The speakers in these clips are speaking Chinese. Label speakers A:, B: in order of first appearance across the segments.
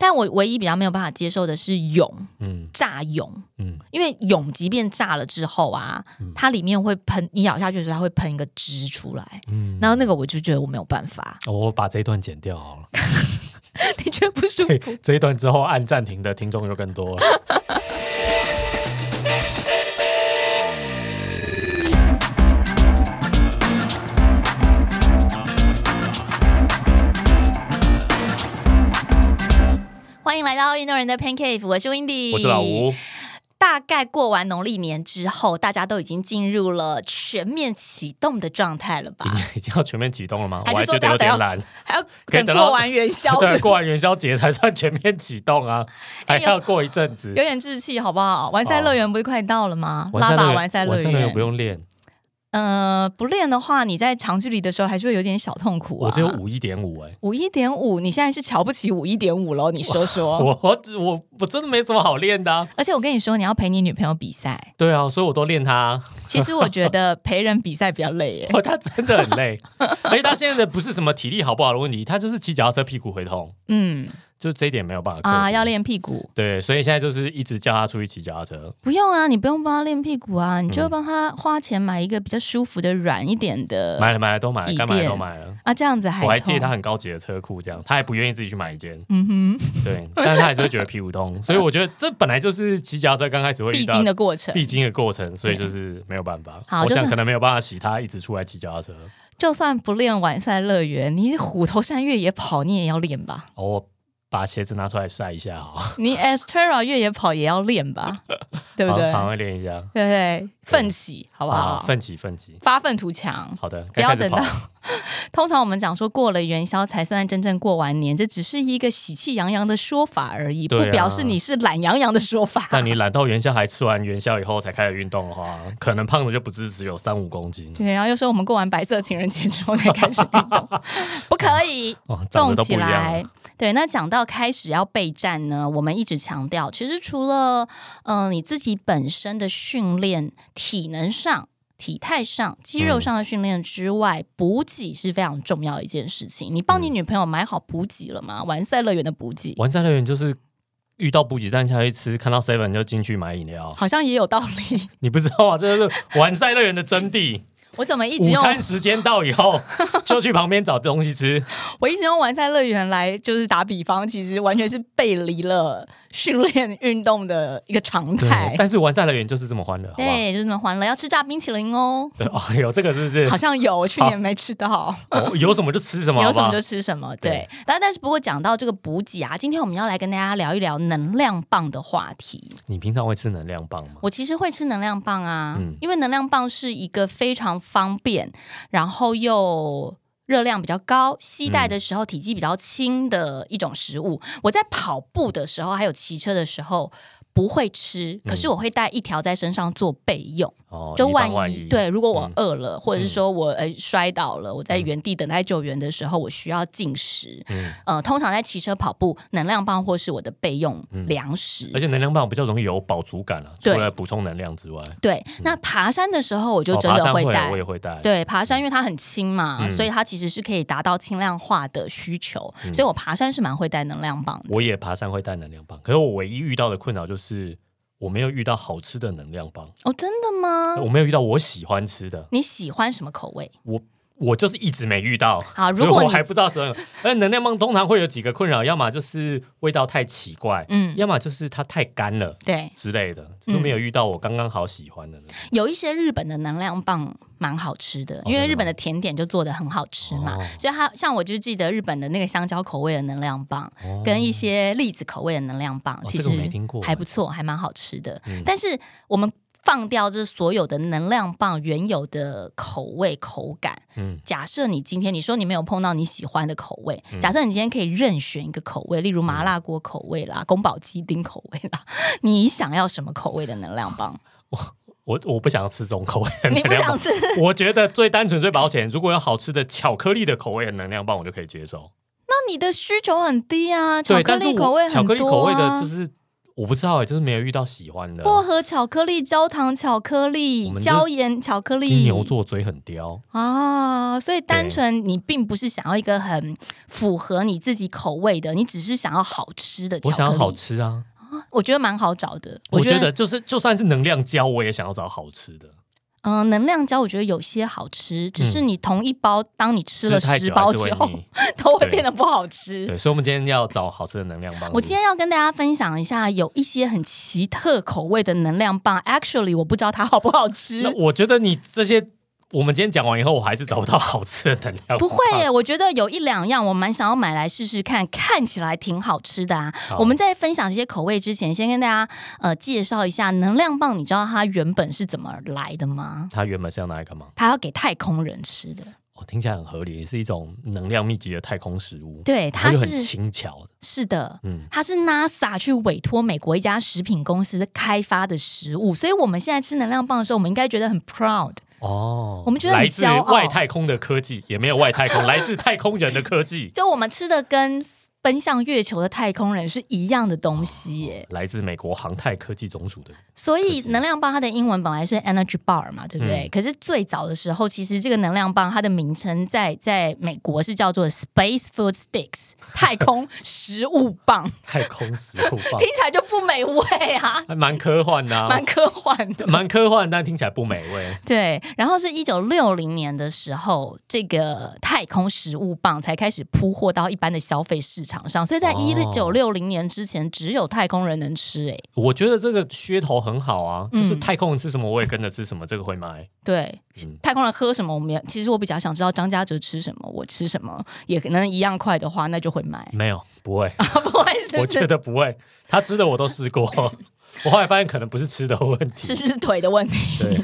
A: 但我唯一比较没有办法接受的是蛹
B: 嗯
A: 炸蛹，
B: 嗯
A: 因为蛹即便炸了之后啊，它里面会喷，你咬下去的时候它会喷一个汁出来，
B: 嗯，
A: 然后那个我就觉得我没有办 法，
B: 哦我把这一段剪掉好 了。
A: 你觉得不舒
B: 对
A: 服？，
B: 这一段之后按暂停的听众就更多了。
A: 欢迎来到运动人的 Pan Cave，我是 Windy，
B: 我是老吴。
A: 大概过完农历年之后，大家都已经进入了全面启动的状态了吧？
B: 已经要全面启动了吗？
A: 还
B: 我
A: 是
B: 还
A: 说
B: 觉得有点
A: 等
B: 懒，
A: 还要
B: 可以
A: 等
B: 等到
A: 过完元宵，
B: 对，过完元宵节才算全面启动啊，还
A: 哎
B: 要过一阵子
A: 有。点志气好不好？完赛乐园不是快到了吗？
B: 哦完
A: 拉
B: 善
A: 吧，
B: 乐
A: 完赛
B: 园，
A: 乐
B: 完善乐园
A: 园
B: 不。用练，
A: 呃，不练的话，你在长距离的时候还是会有点小痛苦啊。
B: 我只有五一点五哎，
A: 五一点五，你现在是瞧不起五一点五喽？你说说。
B: 我我我我真的没什么好练的啊。
A: 而且我跟你说，你要陪你女朋友比赛，
B: 对啊，所以我都练它，
A: 其实我觉得陪人比赛比较累耶。
B: 我 它真的很累。而且它现在的不是什么体力好不好的问题，它就是骑脚踏车屁股回头，
A: 嗯
B: 就这一点没有办法克服
A: 啊，要。练屁股。
B: 对，所以现在就是一直叫他出去骑脚踏车。
A: 不用啊，你不用帮他练屁股啊，你
B: 嗯
A: 就帮他花钱买一个比较舒服的、软一点的。
B: 买了买了都买了，
A: 椅
B: 该买的
A: 垫
B: 都买了。
A: 啊，这样子还
B: 我还
A: 痛
B: 借他很高级的车库，这样他还不愿意自己去买一 间。
A: 嗯哼，
B: 对，但是他还是会觉得屁股痛，所以我觉得这本来就是骑脚踏车刚开始会遇
A: 必
B: 到
A: 经的过程。
B: 必经的过程，所以就是没有办法。
A: 好
B: 我
A: 就是
B: 想可能没有办法洗他一直出来骑脚踏车。
A: 就算不练完赛乐园，你虎头山越野跑你也要练吧？
B: 哦，我把鞋子拿出来晒一下哈，
A: 你 Estera 越野跑也要练 吧？对不对？
B: 好好练一下，
A: 对不对？奋起好不好？
B: 奋起奋起。
A: 发愤图强。
B: 好的，
A: 不
B: 该
A: 要
B: 开始
A: 等
B: 跑
A: 到
B: 了。
A: 通常我们讲说过了元宵才算真正过完年，这只是一个喜气洋洋的说法而已，
B: 对啊
A: 不表示你是懒洋洋的说法。
B: 但你懒到元宵还吃完元宵以后才开始运动的话，可能胖的就不是只有三五公斤
A: 对，然后又说我们过完白色情人节之后才开始运 动，不可以
B: 哦，长
A: 动
B: 得都不
A: 起
B: 一样了。
A: 来。对，那讲到开始要备战呢，我们一直强调，其实除了嗯、呃你自己本身的训练，体能上。体态上、肌
B: 嗯
A: 肉上的训练之外，补给是非常重要的一件事情。你
B: 嗯
A: 帮你女朋友买好补给了吗？完赛乐园的补给
B: 完善乐园就是遇到补给站下去吃，看到 seven 就进去买饮料。
A: 好像也有道理。
B: 你不知道啊，这就是完善乐园的真谛。
A: 我怎么一直
B: 午
A: 用
B: 餐时间到 以后，就去旁边找东西吃。
A: 我一直用完赛乐园来就是打比方，其实完全是背离了训练运动的一个常态
B: 对，。但是完善乐园就是这么欢乐，好不好？
A: 对，就是那么欢乐，要吃炸冰淇淋哦。
B: 对，哦，有这个是不是
A: 好？像有，我去年没吃到，
B: 哦有什么就吃什么，
A: 有
B: 好不
A: 什么
B: 好
A: 就？吃什么。对
B: 对，
A: 但但是不过讲到这个补给啊，今天我们要来跟大家聊一聊能量棒的话题。
B: 你平常会吃能量棒吗？
A: 我其实会吃能量棒啊，
B: 嗯
A: 因为能量棒是一个非常方便，然后又。热量比较高，携带的时候体积比较轻的一种食物。
B: 嗯
A: 我在跑步的时候，还有骑车的时候不会吃，可是我会带一条在身上做备用。
B: 哦，
A: 就
B: 以防
A: 万一
B: 一，
A: 对，如果我
B: 嗯
A: 饿了，或者是说我呃摔倒了，我在原地等待救援的时候，我需要进食。
B: 嗯
A: 呃，通常在骑车、跑步，能量棒或是我的备用粮食。
B: 嗯而且能量棒比较容易有饱足感啊，除
A: 对
B: 了补充能量之外，
A: 对，那爬山的时候我就
B: 嗯哦
A: 真
B: 爬
A: 的
B: 山
A: 会
B: 会啊
A: 带。
B: 我也会带。
A: 对，爬山因为它很轻嘛，
B: 嗯
A: 所以它其实是可以达到轻量化的需求，所以我爬山是蛮会带能量棒的。
B: 我也爬山会带能量棒，可是我唯一遇到的困扰就是我没有遇到好吃的能量棒，
A: 哦，真的吗？
B: 我没有遇到我喜欢吃的，
A: 你喜欢什么口味？
B: 我就是一直没遇到。
A: 好，如
B: 所以
A: 果
B: 我
A: 你
B: 还不知道什么，而能量棒通常会有几个困扰，要么就是味道太奇怪，
A: 嗯
B: 要么就是它太干了
A: 对
B: 之类的，就是没有遇到我刚刚好喜欢的那种。
A: 有一些日本的能量棒蛮好吃的，因为日本的甜点就做的很好吃嘛，
B: 哦
A: 所以它像我就记得日本的那个香蕉口味的能量棒，
B: 哦
A: 跟一些栗子口味的能量棒，其
B: 这
A: 实
B: 个我没听过嗯
A: 还不错，还蛮好吃的。但是我们放掉这所有的能量棒原有的口味口感，
B: 嗯
A: 假设你今天你说你没有碰到你喜欢的口味，假设你今天可以任选一个口味，例如麻辣锅口味啦、宫保鸡丁口味啦， 你想要什么口味的能量 棒？
B: 我我不想要吃这种口味的
A: 你
B: 能
A: 不
B: 量棒
A: 想，吃？
B: 我觉得最单纯最保险。如果有好吃的巧克力的口味的能量棒，我就可以接受。
A: 那你的需求很低啊，巧
B: 对，
A: 克
B: 但是
A: 力
B: 我
A: 口味很多、啊、
B: 巧克力口味的就是我不知道哎、就是没有遇到喜欢的。
A: 薄荷巧克力、焦糖巧克
B: 我
A: 力、
B: 们就
A: 椒盐巧克力，
B: 金牛座嘴很刁，
A: 啊，所以单纯你并不是想要一个很符合你自己口味的，你只是想要好吃的巧
B: 我
A: 克力。
B: 想要好吃啊。
A: 我觉得蛮好找的。
B: 我
A: 觉
B: 觉得，就是就算是能量胶，我也想要找好吃的。
A: 嗯、能量胶我觉得有些好吃，只是你同一包，当你吃了
B: 嗯太
A: 十
B: 久
A: 包
B: 还
A: 之
B: 是
A: 后
B: 会，腻。
A: 都会
B: 对
A: 变得不好吃。
B: 对，所以我们今天要找好吃的能量棒。
A: 我今天要跟大家分享一下，有一些很奇特口味的能量棒，actually 我不知道它好不好吃
B: 那。我觉得你这些，我们今天讲完以后，我还是找不到好吃的能量棒。
A: 不会啊耶，我觉得有一两样我蛮想要买来试试看，看起来挺好吃的啊。
B: 好
A: 我们在分享这些口味之前，先跟大家呃介绍一下能量棒，你知道它原本是怎么来的吗？
B: 它原本是要拿来干嘛？
A: 它要给太空人吃的，
B: 哦，听起来很合理，也是一种能量密集的太空食物。
A: 对，
B: 它
A: 它
B: 又很
A: 是
B: 轻巧的，
A: 是的。
B: 嗯，
A: 它是 NASA 去委托美国一家食品公司开发的食物，所以我们现在吃能量棒的时候，我们应该觉得很 proud。
B: 哦，
A: 我们觉得很
B: 来自
A: 骄傲
B: 外太空的科技，也没有外太空，来自太空人的科 技，
A: 就我们吃的跟奔向月球的太空人是一样的东西耶。
B: 来自美国航太科技总署的。
A: 所以
B: 科技
A: 能量棒它的英文本来是 energy bar 嘛，对不对？可是最早的时候，其实这个能量棒它的名称在在美国是叫做 space food sticks 太空食物棒，
B: 太空食 物棒
A: 听，起来就不美味啊，
B: 还蛮科幻的、啊，
A: 蛮科幻的。
B: 蛮科幻，但听起来不美味。
A: 对，然后是一九六零年的时候，这个太空食物棒才开始铺货到一般的消费市场上，所以在一九六零年之前，只有太空人能吃、欸。哎，
B: 我觉得这个噱头很好啊，
A: 嗯
B: 就是太空人吃什么，我也跟着吃什么，这个会买。
A: 对，
B: 嗯。
A: 太空人喝什么？我们也其实我比较想知道张家哲吃什么，我吃什么，也可能一样快的话，那就会买
B: 没有，不会，
A: 不会是
B: 嗯我
A: 不
B: 觉
A: 是？
B: 得不会。他吃的我都 试过，我后来发现可能不是吃的问
A: 是
B: 题。
A: 不是腿的问题？
B: 对，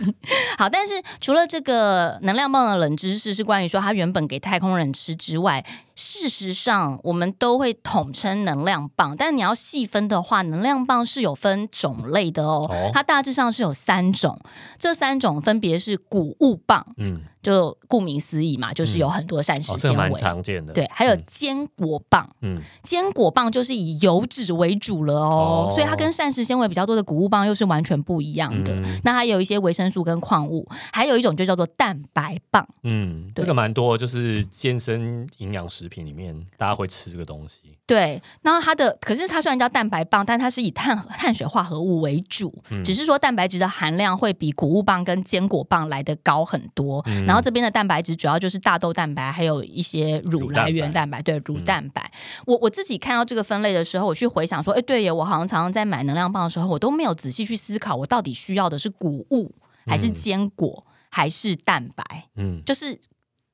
A: 好，但是除了这个能量棒的冷知识是关于说它原本给太空人吃之外，事实上我们都会统称能量棒，但你要细分的话，能量棒是有分种类的哦，
B: 哦
A: 它大致上是有三种，这三种分别是谷物棒，
B: 嗯，
A: 就顾名思义嘛，就是有很多膳食
B: 哦，这
A: 纤
B: 个蛮
A: 维。
B: 常见的。
A: 对，还有
B: 嗯
A: 坚果棒，
B: 嗯，
A: 坚果棒就是以油脂为主了哦，
B: 哦
A: 所以它跟膳食纤维比较多的谷物棒又是完全不一样的。
B: 嗯
A: 那还有一些维生素跟矿物，还有一种就叫做蛋白棒。
B: 嗯，
A: 对
B: 这个蛮多，就是健身营养食品里面大家会吃这个东西。
A: 对，然后它的可是它虽然叫蛋白棒，但它是以碳碳水化合物为主，
B: 嗯
A: 只是说蛋白质的含量会比谷物棒跟坚果棒来的高很多。
B: 嗯
A: 然后这边的蛋白质主要就是大豆蛋白，还有一些乳
B: 乳
A: 来
B: 蛋
A: 源
B: 白嗯
A: 蛋白，对乳蛋白。我我自己看到这个分类的时候，我去回想说，哎，对耶，我好像常常在买能量棒的时候，我都没有仔细去思考，我到底需要的是谷物还是坚果、还是蛋白，
B: 嗯，
A: 就是。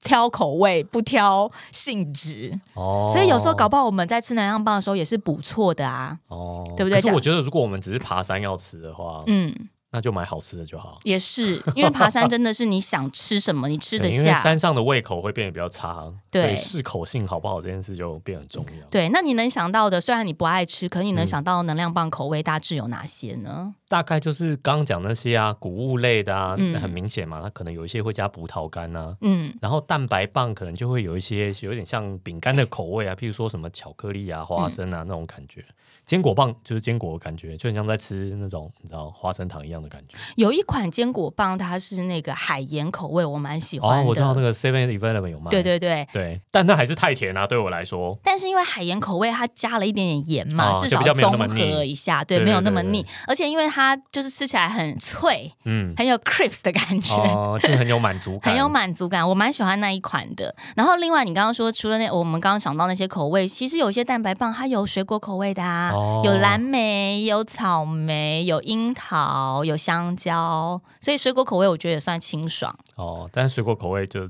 A: 挑口味不挑性质，
B: 哦，
A: 所以有时候搞不好我们在吃能量棒的时候也是不错的啊。
B: 哦，
A: 对不对
B: 可是我觉得，如果我们只是爬山要吃的话，
A: 嗯，
B: 那就买好吃的就好。
A: 也是，因为爬山真的是你想吃什么你吃得
B: 对因为
A: 下。
B: 山上的胃口会变得比较差，
A: 对
B: 所以适口性好不好这件事就变很重要。
A: 对，那你能想到的，虽然你不爱吃，可你
B: 嗯
A: 能想到的能量棒口味大致有哪些呢？
B: 大概就是刚刚讲那些啊，谷物类的啊，
A: 嗯
B: 那很明显嘛，它可能有一些会加葡萄干啊，
A: 嗯
B: 然后蛋白棒可能就会有一些有点像饼干的口味啊，譬如说什么巧克力啊、
A: 嗯
B: 花生啊、那种感觉。坚果棒就是坚果的感觉，就很像在吃那种你知道花生糖一样的感觉。
A: 有一款坚果棒，它是那个海盐口味，我蛮喜欢
B: 哦
A: 的。，
B: 我知道那个 Seven Eleven 有卖，
A: 对对对。
B: 对，但那还是太甜啊，对我来说。
A: 但是因为海盐口味它加了一点点盐嘛，
B: 哦
A: 至
B: 就
A: 少
B: 比较没有那
A: 综
B: 么腻
A: 合一下，对，
B: 对对
A: 没有那么
B: 对对
A: 腻。而且因为它就是吃起来很脆，
B: 嗯，
A: 很有 crisp 的感觉。
B: 哦，就很有满足 感，
A: 很有满足感，我蛮喜欢那一款的。然后另外你刚刚说，除了那我们刚刚想到那些口味，其实有一些蛋白棒它有水果口味的啊，
B: 哦
A: 有蓝莓、有草莓、有樱桃、有香蕉，所以水果口味我觉得也算清爽。
B: 哦，但是水果口味就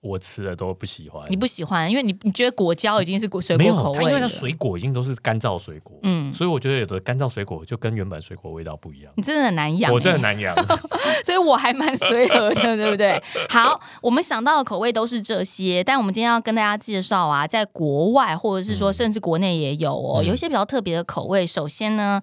B: 我吃的都不喜欢，
A: 你不喜欢，因为你你觉得果胶已经是果水
B: 哎没
A: 果
B: 有
A: 口
B: 它
A: 味
B: 因为它
A: 了。
B: 水果已经都是干燥水果，
A: 嗯，
B: 所以我觉得有的干燥水果就跟原本水果味道不一样。
A: 你真的很难养、欸，
B: 我真的 很难养，
A: 所以我还蛮随和的，对不对？好，我们想到的口味都是这些，但我们今天要跟大家介绍啊，在国外或者是说甚至国内也有哦，
B: 嗯
A: 有一些比较特别的口味。首先呢，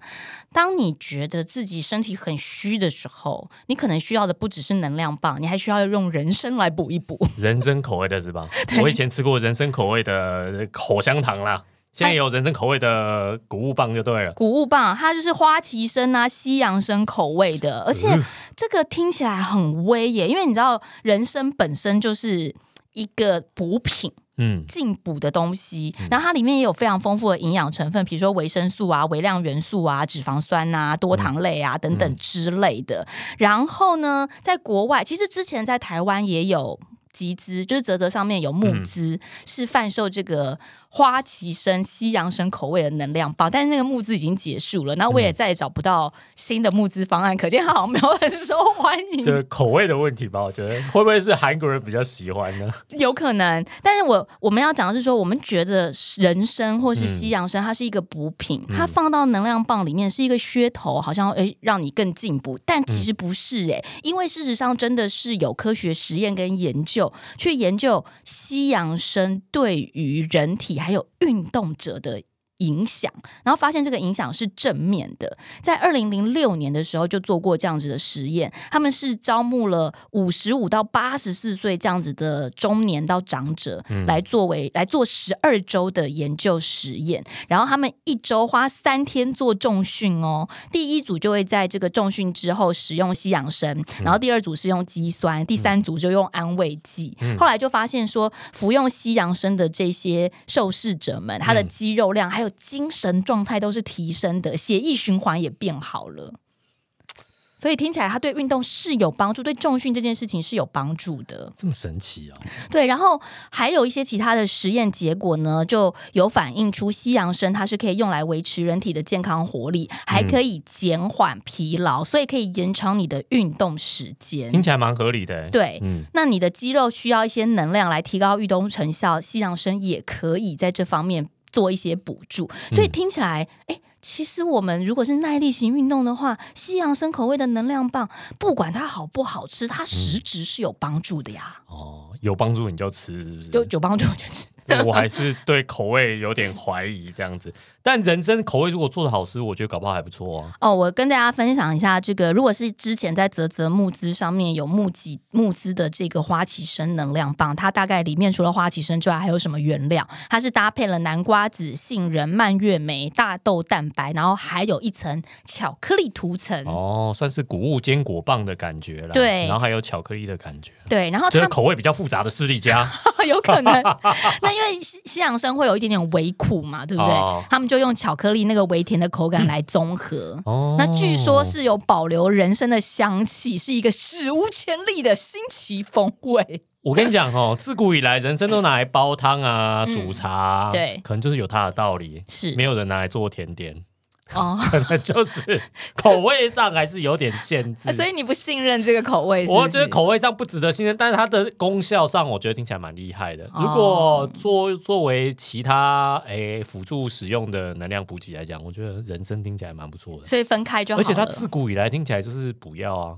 A: 当你觉得自己身体很虚的时候，你可能需要的不只是能量棒，你还需要用人参来补一补。
B: 人参口味的是吧？我以前吃过人参口味的口香糖啦，现
A: 哎
B: 在也有人参口味的谷物棒就对了。
A: 谷物棒，它就是花旗参啊、西洋参口味的，而且这个听起来很威耶，因为你知道人参本身就是一个补品。
B: 嗯，
A: 进补的东西，然后它里面也有非常丰富的营养成分，比如说维生素啊、微量元素啊、脂肪酸啊、多糖类啊等等之类的。然后呢，在国外，其实之前在台湾也有集资，就是泽泽上面有募资，是贩售这个花旗参、西洋参口味的能量棒，但是那个募资已经结束了，那我也再也找不到新的募资方案，可见它好像没有很受欢迎。
B: 就是口味的问题吧，我觉得会不会是韩国人比较喜欢 呢？
A: 有可能，但是我我们要讲的是说，我们觉得人参或是西洋参，它是一个补品，它放到能量棒里面是一个噱头，好像诶让你更进步，但其实不是诶、因为事实上真的是有科学实验跟研究去研究西洋参对于人体还有运动者的。影响，然后发现这个影响是正面的，在二零零六年的时候就做过这样子的实验，他们是招募了五十五到八十四岁这样子的中年到长者、来作为来做十二周的研究实验，然后他们一周花三天做重训哦。第一组就会在这个重训之后使用西洋参，然后第二组是用肌酸，第三组就用安慰剂。后来就发现说，服用西洋参的这些受试者们，他的肌肉量还有精神状态都是提升的，血液循环也变好了。所以听起来，它对运动是有帮助，对重训这件事情是有帮助的。
B: 这么神奇啊！
A: 对，然后还有一些其他的实验结果呢，就有反映出西洋参它是可以用来维持人体的健康活力，还可以减缓疲劳，所以可以延长你的运动时间。
B: 听起来蛮合理的、欸。，
A: 对，
B: 嗯，
A: 那你的肌肉需要一些能量来提高运动成效，西洋参也可以在这方面做一些补助。所以听起来，哎、其实我们如果是耐力型运动的话，西洋参口味的能量棒，不管它好不好吃，它实质是有帮助的呀，
B: 哦，有帮助你就吃，是不是？
A: 有有帮助就是。
B: 这我还是对口味有点怀疑这样子。但人参口味如果做的好吃，我觉得搞不好还不错啊。
A: 哦，我跟大家分享一下这个，如果是之前在泽泽募资上面有募集募资的这个花旗参能量棒，它大概里面除了花旗参之外，还有什么原料？它是搭配了南瓜子、杏仁、蔓越莓、大豆蛋白，然后还有一层巧克力涂层。
B: 哦，算是谷物坚果棒的感觉啦。
A: 嗯对
B: 然后还有巧克力的感觉，
A: 对，然后
B: 就是
A: 它
B: 口味比较复杂的士力架。
A: 有可 能，那因为西西洋参会有一点点微苦嘛，对不对？
B: 哦嗯
A: 他们就用巧克力那个微甜的口感来综合。
B: 哦，
A: 那据说是有保留人参的香气，是一个史无前例的新奇风味。
B: 我跟你讲哦，自古以来人参都拿来煲汤啊、
A: 嗯
B: 煮茶啊、
A: 对
B: 可能就是有它的道理。
A: 是
B: 没有人拿来做甜点，
A: 哦，
B: 可能就是口味上还是有点限制。
A: 所以你不信任这个口味是不是？
B: 我觉得口味上不值得信任，但是它的功效上，我觉得听起来蛮厉害的。
A: 哦
B: 如果作作为其他诶、辅助使用的能量补给来讲，我觉得人参听起来蛮不错的。
A: 所以分开就好
B: 而
A: 了。
B: 且它自古以来听起来就是补药啊，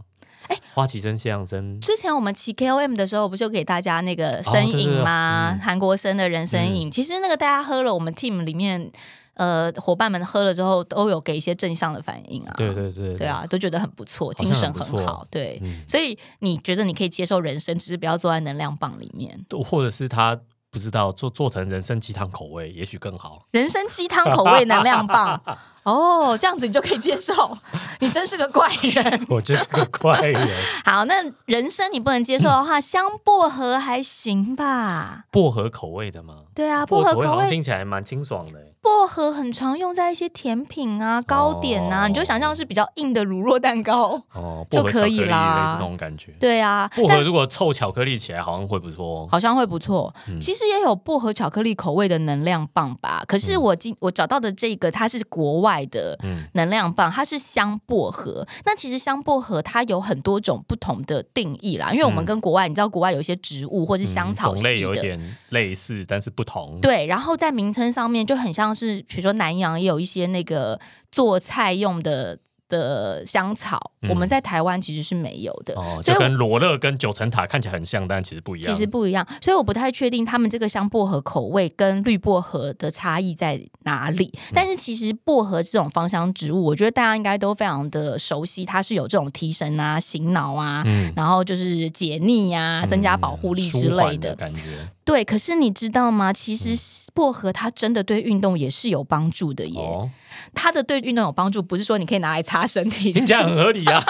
A: 哎
B: 花旗参、西洋参，
A: 之前我们骑 KOM 的时候，不就给大家那个参饮
B: 哦对
A: 吗
B: 对？
A: 韩、国参的人参
B: 嗯
A: 饮，其实那个大家喝了，我们 team 里面呃伙伴们喝了之后，都有给一些正向的反应啊。
B: 对对对
A: 对，啊，都觉得很不错，
B: 像
A: 精神
B: 很不错
A: 很好。对，
B: 嗯
A: 所以你觉得你可以接受人参，只是不要坐在能量棒里面。
B: 或者是它不知道做做成人参鸡汤口味，也许 更好。
A: 人参鸡汤口味能量棒 哦，这样子你就可以接受。你真是个怪人。
B: 我真是个怪人，
A: 好，那人参你不能接受的话，香薄荷还行吧？
B: 薄荷口味的吗？
A: 对啊，
B: 薄
A: 薄荷
B: 口味
A: 口
B: 好像
A: 味，
B: 听起来蛮清爽的、欸。
A: 薄荷很常用在一些甜品啊、糕点啊，
B: 哦
A: 你就想象是比较硬的乳酪蛋 糕。
B: 哦，薄
A: 就
B: 荷
A: 可以
B: 巧克力
A: 啦
B: 类似那种感觉。
A: 对啊，
B: 薄荷
A: 但
B: 如果凑巧克力起来，好像会不错、哦。
A: 好像会不错。
B: 嗯
A: 其实也有薄荷巧克力口味的能量棒吧？可是我今我找到的这个，它是国外的
B: 嗯
A: 能量棒，它是香薄荷。那其实香薄荷它有很多种不同的定义啦，因为我们
B: 嗯
A: 跟国外，你知道国外有一些植物或是香草
B: 种类
A: 系
B: 有一
A: 的。
B: 点类似，但是不同。，
A: 对，然后在名称上面就很像是，比如说南洋也有一些那个做菜用的的香草，
B: 嗯
A: 我们在台湾其实是没有的。
B: 哦，
A: 所以
B: 就
A: 我
B: 跟罗勒跟九层塔看起来很像，但其实不一
A: 其
B: 样。
A: 实不一样，所以我不太确定他们这个香薄荷口味跟绿薄荷的差异在哪
B: 嗯
A: 里。但是其实薄荷这种芳香植物，我觉得大家应该都非常的熟悉，它是有这种提神啊、醒脑啊，
B: 嗯，
A: 然后就是解腻呀、啊、增加保护力之
B: 舒
A: 类
B: 缓
A: 的。
B: 感觉。嗯
A: 对，可是你知道吗？其实薄荷它真的对运动也是有帮助的耶。
B: 哦，
A: 它的对运动有帮助，不是说你可以拿来擦身 体，
B: 听起来很合 理啊，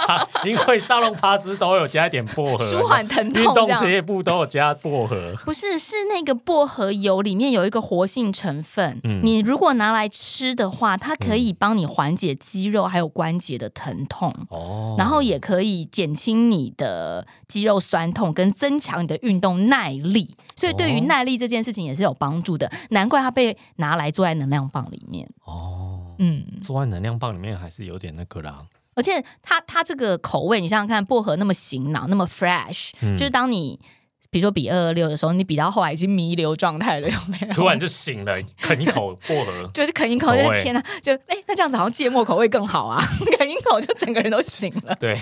B: 因为沙龙帕斯都有加一点薄荷，
A: 舒缓疼
B: 运
A: 痛
B: 动
A: 这样。
B: 贴布都有加薄荷。
A: 不是，是那个薄荷油里面有一个活性成分，
B: 嗯
A: 你如果拿来吃的话，它可以帮你缓解肌肉还有关节的疼痛，
B: 哦，
A: 然后也可以减轻你的肌肉酸痛，跟增强你的运动耐力。所以对于
B: 哦
A: 耐力这件事情也是有帮助的，难怪它被拿来做在能量棒里面。
B: 哦，
A: 嗯，
B: 做在能量棒里面还是有点那个啦。
A: 而且它它这个口味，你想想看，薄荷那么醒脑，那么 fresh，、
B: 嗯
A: 就是当你比如说比二二六的时候，你比到后来已经弥留状态了，有没有？，
B: 突然就醒了，啃一口薄荷
A: 就是啃一口，就
B: 口
A: 是
B: 味
A: 天哪，就哎、那这样子好像芥末口味更好啊， 啃一口就整个人都醒了。
B: 对，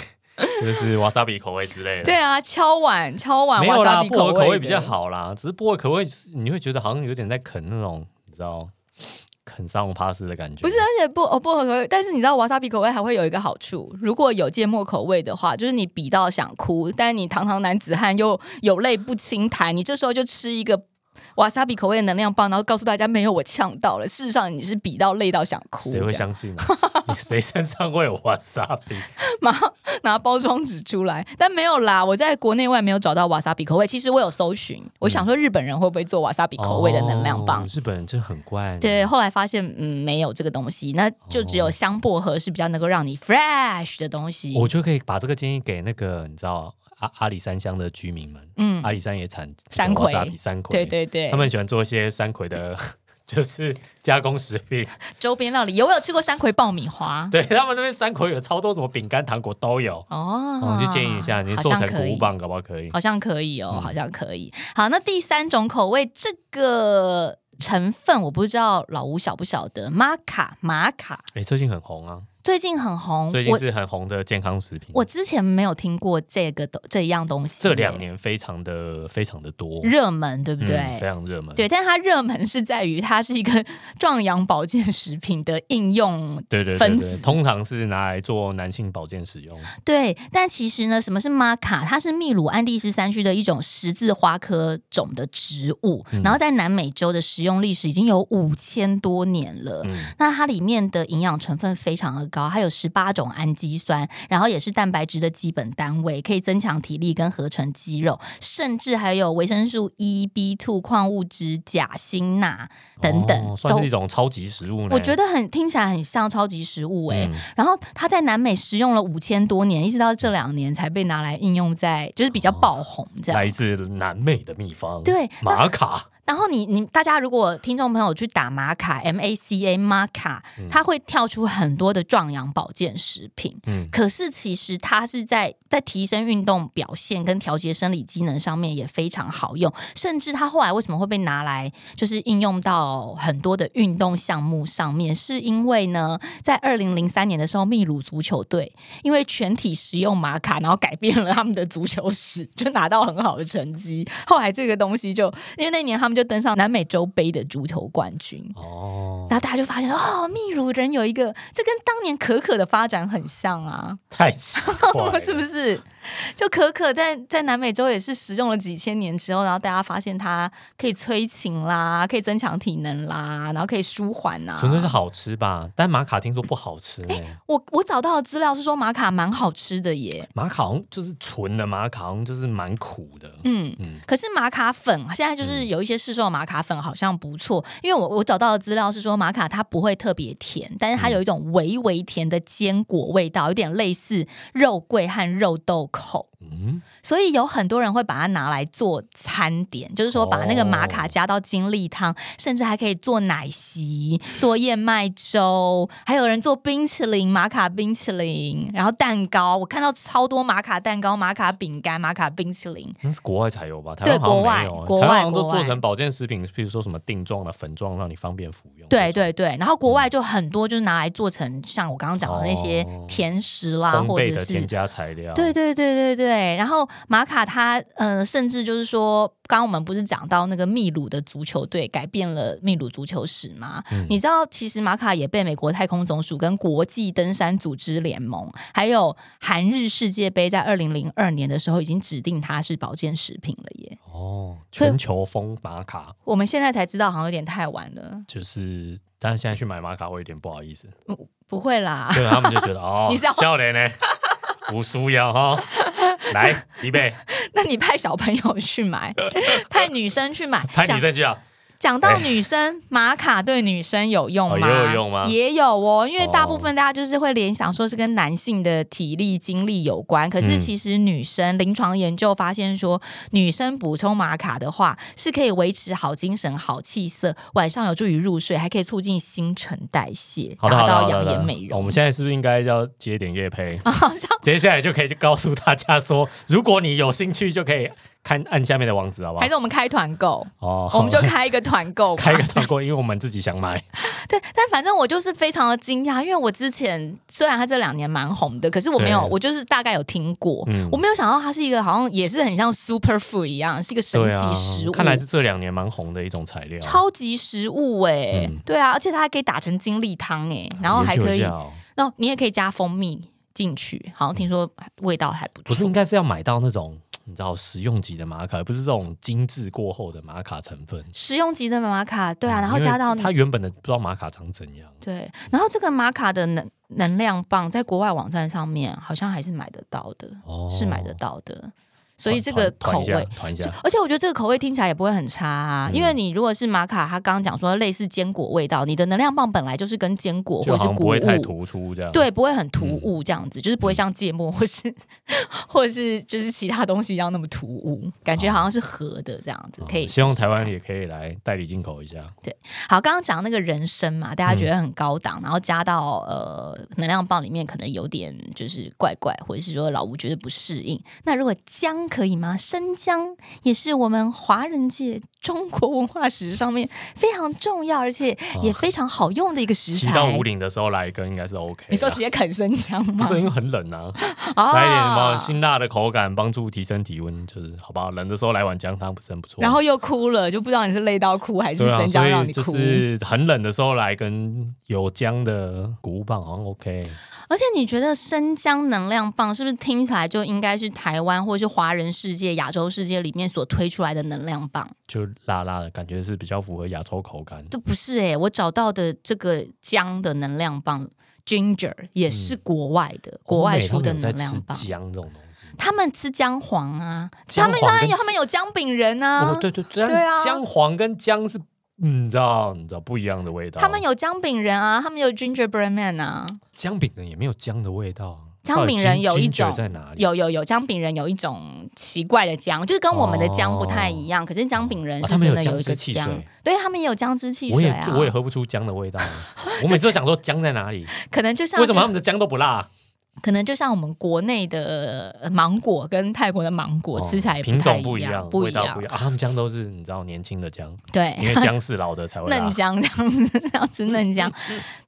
B: 就是瓦萨比口味之类的。
A: 对啊，敲碗敲碗，
B: 没有啦，
A: wasabi
B: 薄荷口
A: 的
B: 味比较。好啦，只是薄荷口味你会觉得好像有点在啃那种，你知道，啃沙龙帕斯的感觉。
A: 不是，而且薄哦薄荷口味，但是你知道瓦萨比口味还会有一个好处，如果有芥末口味的话，就是你比到想哭，但是你堂堂男子汉又有泪不轻弹，你这时候就吃一个瓦萨比口味的能量棒，然后告诉大家没有我呛到了，事实上你是比到累到想哭，
B: 谁
A: 这
B: 会
A: 样
B: 相信啊？ 谁身上会有瓦萨比？
A: 马上拿包装纸出来，但没有啦，我在国内外没有找到瓦萨比口味。其实我有搜寻，我想说日本人会不会做瓦萨比 口味的能量棒？
B: 嗯哦日本人真的很怪。
A: 对，，后来发现嗯没有这个东西，那就只
B: 哦
A: 有香薄荷是比较能够让你 fresh 的东西。
B: 我就可以把这个建议给那个你知道阿阿里山乡的居民们，
A: 嗯，
B: 阿里山也产
A: 山葵
B: 瓦萨比山葵，
A: 对对对
B: 他，们喜欢做一些山葵的， 就是加工食品。
A: 周边料理有我有吃过山葵爆米花
B: 对他们那边山葵有超多什么饼干、糖果都有。
A: 哦，
B: 我们就建议一下，你
A: 好
B: 做
A: 像
B: 成
A: 可
B: 谷
A: 以
B: 物。棒，搞不好可以。
A: 好像可以哦，
B: 嗯
A: 好像可以。好，那第三种口味，这个成分我不知道老吴晓不晓得，玛卡玛卡
B: 哎，最近很红啊，
A: 最近很红，
B: 最
A: 哦我
B: 近是很红的健康食品。
A: 我之前没有听过这个东这一样东西耶，欸
B: 这两年非常的非常的多，
A: 热门，对不
B: 嗯
A: 对？
B: 非常热门。
A: 对，但它热门是在于它是一个 壮阳保健食品的应用，
B: 对对对
A: 分
B: 对，
A: 子
B: 通常是拿来做男性保健使用。
A: 对。但其实呢，什么是玛卡？它是秘鲁安第斯山区的一种十字花科种的植物，
B: 嗯
A: 然后在南美洲的食用历史已经有五千多年了。
B: 嗯，
A: 那它里面的营养成分非常的高，它有十八种氨基酸，然后也是蛋白质的基本单位，可以增强体力跟合成肌肉，甚至还有维生素 E、B two、矿物质、钾、锌、钠等等，
B: 哦算是一种超级食物呢。
A: 我觉
B: 得，
A: 得很听起来很像超级食物哎、
B: 嗯
A: 然后它在南美食用了五千多年，一直到这两年才被拿来应用在，就是比较爆红这样
B: 哦来。自南美的秘方，
A: 对那
B: 玛卡，
A: 然后你你大家如果听众朋友去打玛卡 M A C A 玛卡，它会跳出很多的壮阳保健食品。
B: 嗯
A: 可是其实它是在在提升运动表现跟调节生理机能上面也非常好用，甚至它后来为什么会被拿来就是应用到很多的运动项目上面，是因为呢，在二零零三年的时候，秘鲁足球队因为全体食用玛卡，然后改变了他们的足球史，就拿到很好的成绩。后来这个东西就因为那年他们就登上南美洲杯的足球冠军，
B: 哦，
A: 然后大家就发现哦，秘鲁人有一个，这跟当年可可的发展很像啊，
B: 太奇怪了，
A: 是不是？就可可在在南美洲也是食用了几千年之后，然后大家发现它可以催情啦，可以增强体能啦，然后可以舒缓啊呐、
B: 纯粹是好吃吧？但玛卡听说不好吃呢。
A: 我我找到的资料是说玛卡蛮好吃的耶，
B: 玛卡好像就是纯的玛卡，好像就是蛮苦的。
A: 嗯，
B: 嗯
A: 可是玛卡粉现在就是有一些市售的玛卡粉好像不错，因为我我找到的资料是说玛卡它不会特别甜，但是它有一种微微甜的坚果味道，有点类似肉桂和肉豆蔻。
B: 嗯，
A: 所以有很多人会把它拿来做餐点，就是说把那
B: 哦
A: 个玛卡加到精力汤，甚至还可以做奶昔、做燕麦粥，还有人做冰淇淋、玛卡冰淇淋，然后蛋糕，我看到超多玛卡蛋糕、玛卡饼干、玛卡冰淇淋，
B: 那是国外才有吧？台
A: 对
B: 湾好像没
A: 国外
B: 有，啊
A: 国
B: 台
A: 外
B: 湾好像都
A: 国
B: 做
A: 外
B: 成保健食品，譬如说什么定状的粉状，让你方便服用。
A: 对对对，然后国外就很多就是拿来做成像我刚刚讲的那些
B: 哦
A: 甜食
B: 这
A: 啦，
B: 种，烘
A: 或
B: 焙
A: 者
B: 的
A: 是
B: 添加材料，
A: 对对对对对，然后马卡他呃，甚至就是说，刚刚我们不是讲到那个秘鲁的足球队改变了秘鲁足球史吗？
B: 嗯
A: 你知道，其实马卡也被美国太空总署跟国际登山组织联盟，还有韩日世界杯在二零零二年的时候已经指定它是保健食品了耶。
B: 哦，
A: 所以
B: 全球风玛卡
A: 我们现在才知道，好像有点太晚了。
B: 就是，但是现在去买玛卡，我有点不好意思，
A: 不会啦，
B: 对他们就觉得哦
A: 你是要，
B: 笑脸呢，无输要哈，来一倍，
A: 那你派小朋友去 买，派女生去买，
B: 拍
A: 讲
B: 你 证据啊，
A: 讲到
B: 哎
A: 女生，玛卡对女生有用吗？
B: 哦也有用吗
A: 也有哦，因为大部
B: 哦
A: 分大家就是会联想说是跟男性的体力、精力有关，可是
B: 嗯
A: 其实女生临床研究发现说，女生补充玛卡的话，是可以维持好精神、好气色，晚上有助于入睡，还可以促进新陈代谢，
B: 好的
A: 达
B: 好的
A: 到
B: 好的
A: 养
B: 好的
A: 颜美容。
B: 我们现在是不是应该要接点夜配？
A: 好像
B: 接下来就可以去告诉大家说，如果你有兴趣，就可以看按下面的网址，好不好
A: 还？是我们开团购，
B: 哦，
A: 我们就开一个团购吧，
B: 开个团购，因为我们自己想 买。
A: 对，但反正我就是非常的惊讶，因为我之前虽然他这两年蛮红的，可是我没有，
B: 对
A: 我就是大概有听过，
B: 嗯
A: 我没有想到它是一个好像也是很像 super food 一样，是一个神
B: 对啊
A: 奇食物，
B: 看来是这两年蛮红的一种材料。
A: 超级食物哎、
B: 嗯
A: 对啊，而且它还可以打成精力汤哎、然后还可
B: 研
A: 以
B: 究一下，哦
A: 那、你也可以加蜂蜜进去，好像听说味道还不
B: 不
A: 错。
B: 是应该是要买到那种你知道食用级的玛卡，而不是这种精致过后的玛卡成分。
A: 食用级的玛卡，对啊，
B: 嗯
A: 然后
B: 因为
A: 加到你
B: 它原本的不知道玛卡长怎样。
A: 对，然后这个玛卡的能能量棒在国外网站上面好像还是买得到的。
B: 哦
A: 是买得到的，所以这个口
B: 团团
A: 味。
B: 团一下，团一下
A: 而且我觉得这个口味听起来也不会很差、啊，
B: 嗯
A: 因为你如果是玛卡，它刚刚讲说类似坚果味道，你的能量棒本来就是跟坚果
B: 就
A: 或
B: 好
A: 是
B: 像
A: 谷
B: 不会太啊嗯
A: 物，
B: 突出这样。
A: 对，不会很突兀这样子，就是不会像芥末或是或是就是其他东西一样那么突兀，感觉好像是合的这样子
B: 嗯，，
A: 可以试试
B: 哦
A: 看。
B: 希望台湾也可以来代理进口一下。
A: 好，刚刚讲那个人参嘛，
B: 嗯
A: 大家觉得很高档，然后加到呃能量棒里面，可能有点就是怪怪，或者是说老吴觉得不适应。那如果姜可以吗？生姜也是我们华人界、中国文化史上面非常重要，而且
B: 啊
A: 也非常好用的一个食
B: 骑
A: 材。
B: 到五岭的时候来一根应该是 OK 的。
A: 你说直接啃生姜
B: 不
A: 吗？
B: 是因为很冷啊，
A: 啊
B: 来一点什么辛辣的口感，帮助提升体温，就是好不好？冷的时候来碗姜汤不是很不错。
A: 然后又哭了，就不知道你是累到哭还是
B: 对啊，
A: 生姜
B: 所
A: 让
B: 以
A: 你
B: 就
A: 哭。
B: 是很冷的时候来跟有姜的谷物棒好像 OK。
A: 而且你觉得生姜能量棒是不是听起来就应该是台湾或者是华人世界、亚洲世界里面所推出来的能量棒？
B: 就辣辣的感觉是比较符合亚洲口感，
A: 都不是诶、欸我找到的这个姜的能量棒 Ginger 也是国外的，国外出的
B: 嗯欧美他
A: 能
B: 们有
A: 量
B: 在
A: 棒
B: 吃。姜这种东西，
A: 他们吃姜黄啊，
B: 姜
A: 他
B: 黄
A: 们当然
B: 跟
A: 有，他们有姜饼人啊
B: 哦，，对对对
A: 对啊
B: 姜黄跟姜是，嗯你知道你知道不一样的味道。
A: 他们有姜饼人啊，他们有 Gingerbread Man 啊，
B: 姜饼人也没有姜的味道啊，
A: 姜饼人有一种
B: 到底 ginger 在哪里？
A: 有有有姜饼人有一种奇怪的姜，就是跟我们的姜不太一样，可是姜饼人
B: 哦
A: 是
B: 他们
A: 真
B: 有
A: 的有一
B: 姜汁
A: 个
B: 汽
A: 姜，
B: 水
A: 对他们也有姜汁汽
B: 我
A: 水
B: 也
A: 啊，
B: 我也喝不出姜的味道 啊，我每次都想说姜在哪里？
A: 可能就像
B: 为什么他们的姜都不辣？
A: 可能就像我们国内的呃芒果跟泰国的芒果、
B: 哦
A: 吃起来也
B: 品
A: 太
B: 种不一样，
A: 不
B: 味道不
A: 样，
B: 一样啊！他们姜都是你知道年轻的姜，因
A: 对。
B: 为姜是老的才会 辣
A: 嫩。姜这样子，要吃嫩 姜。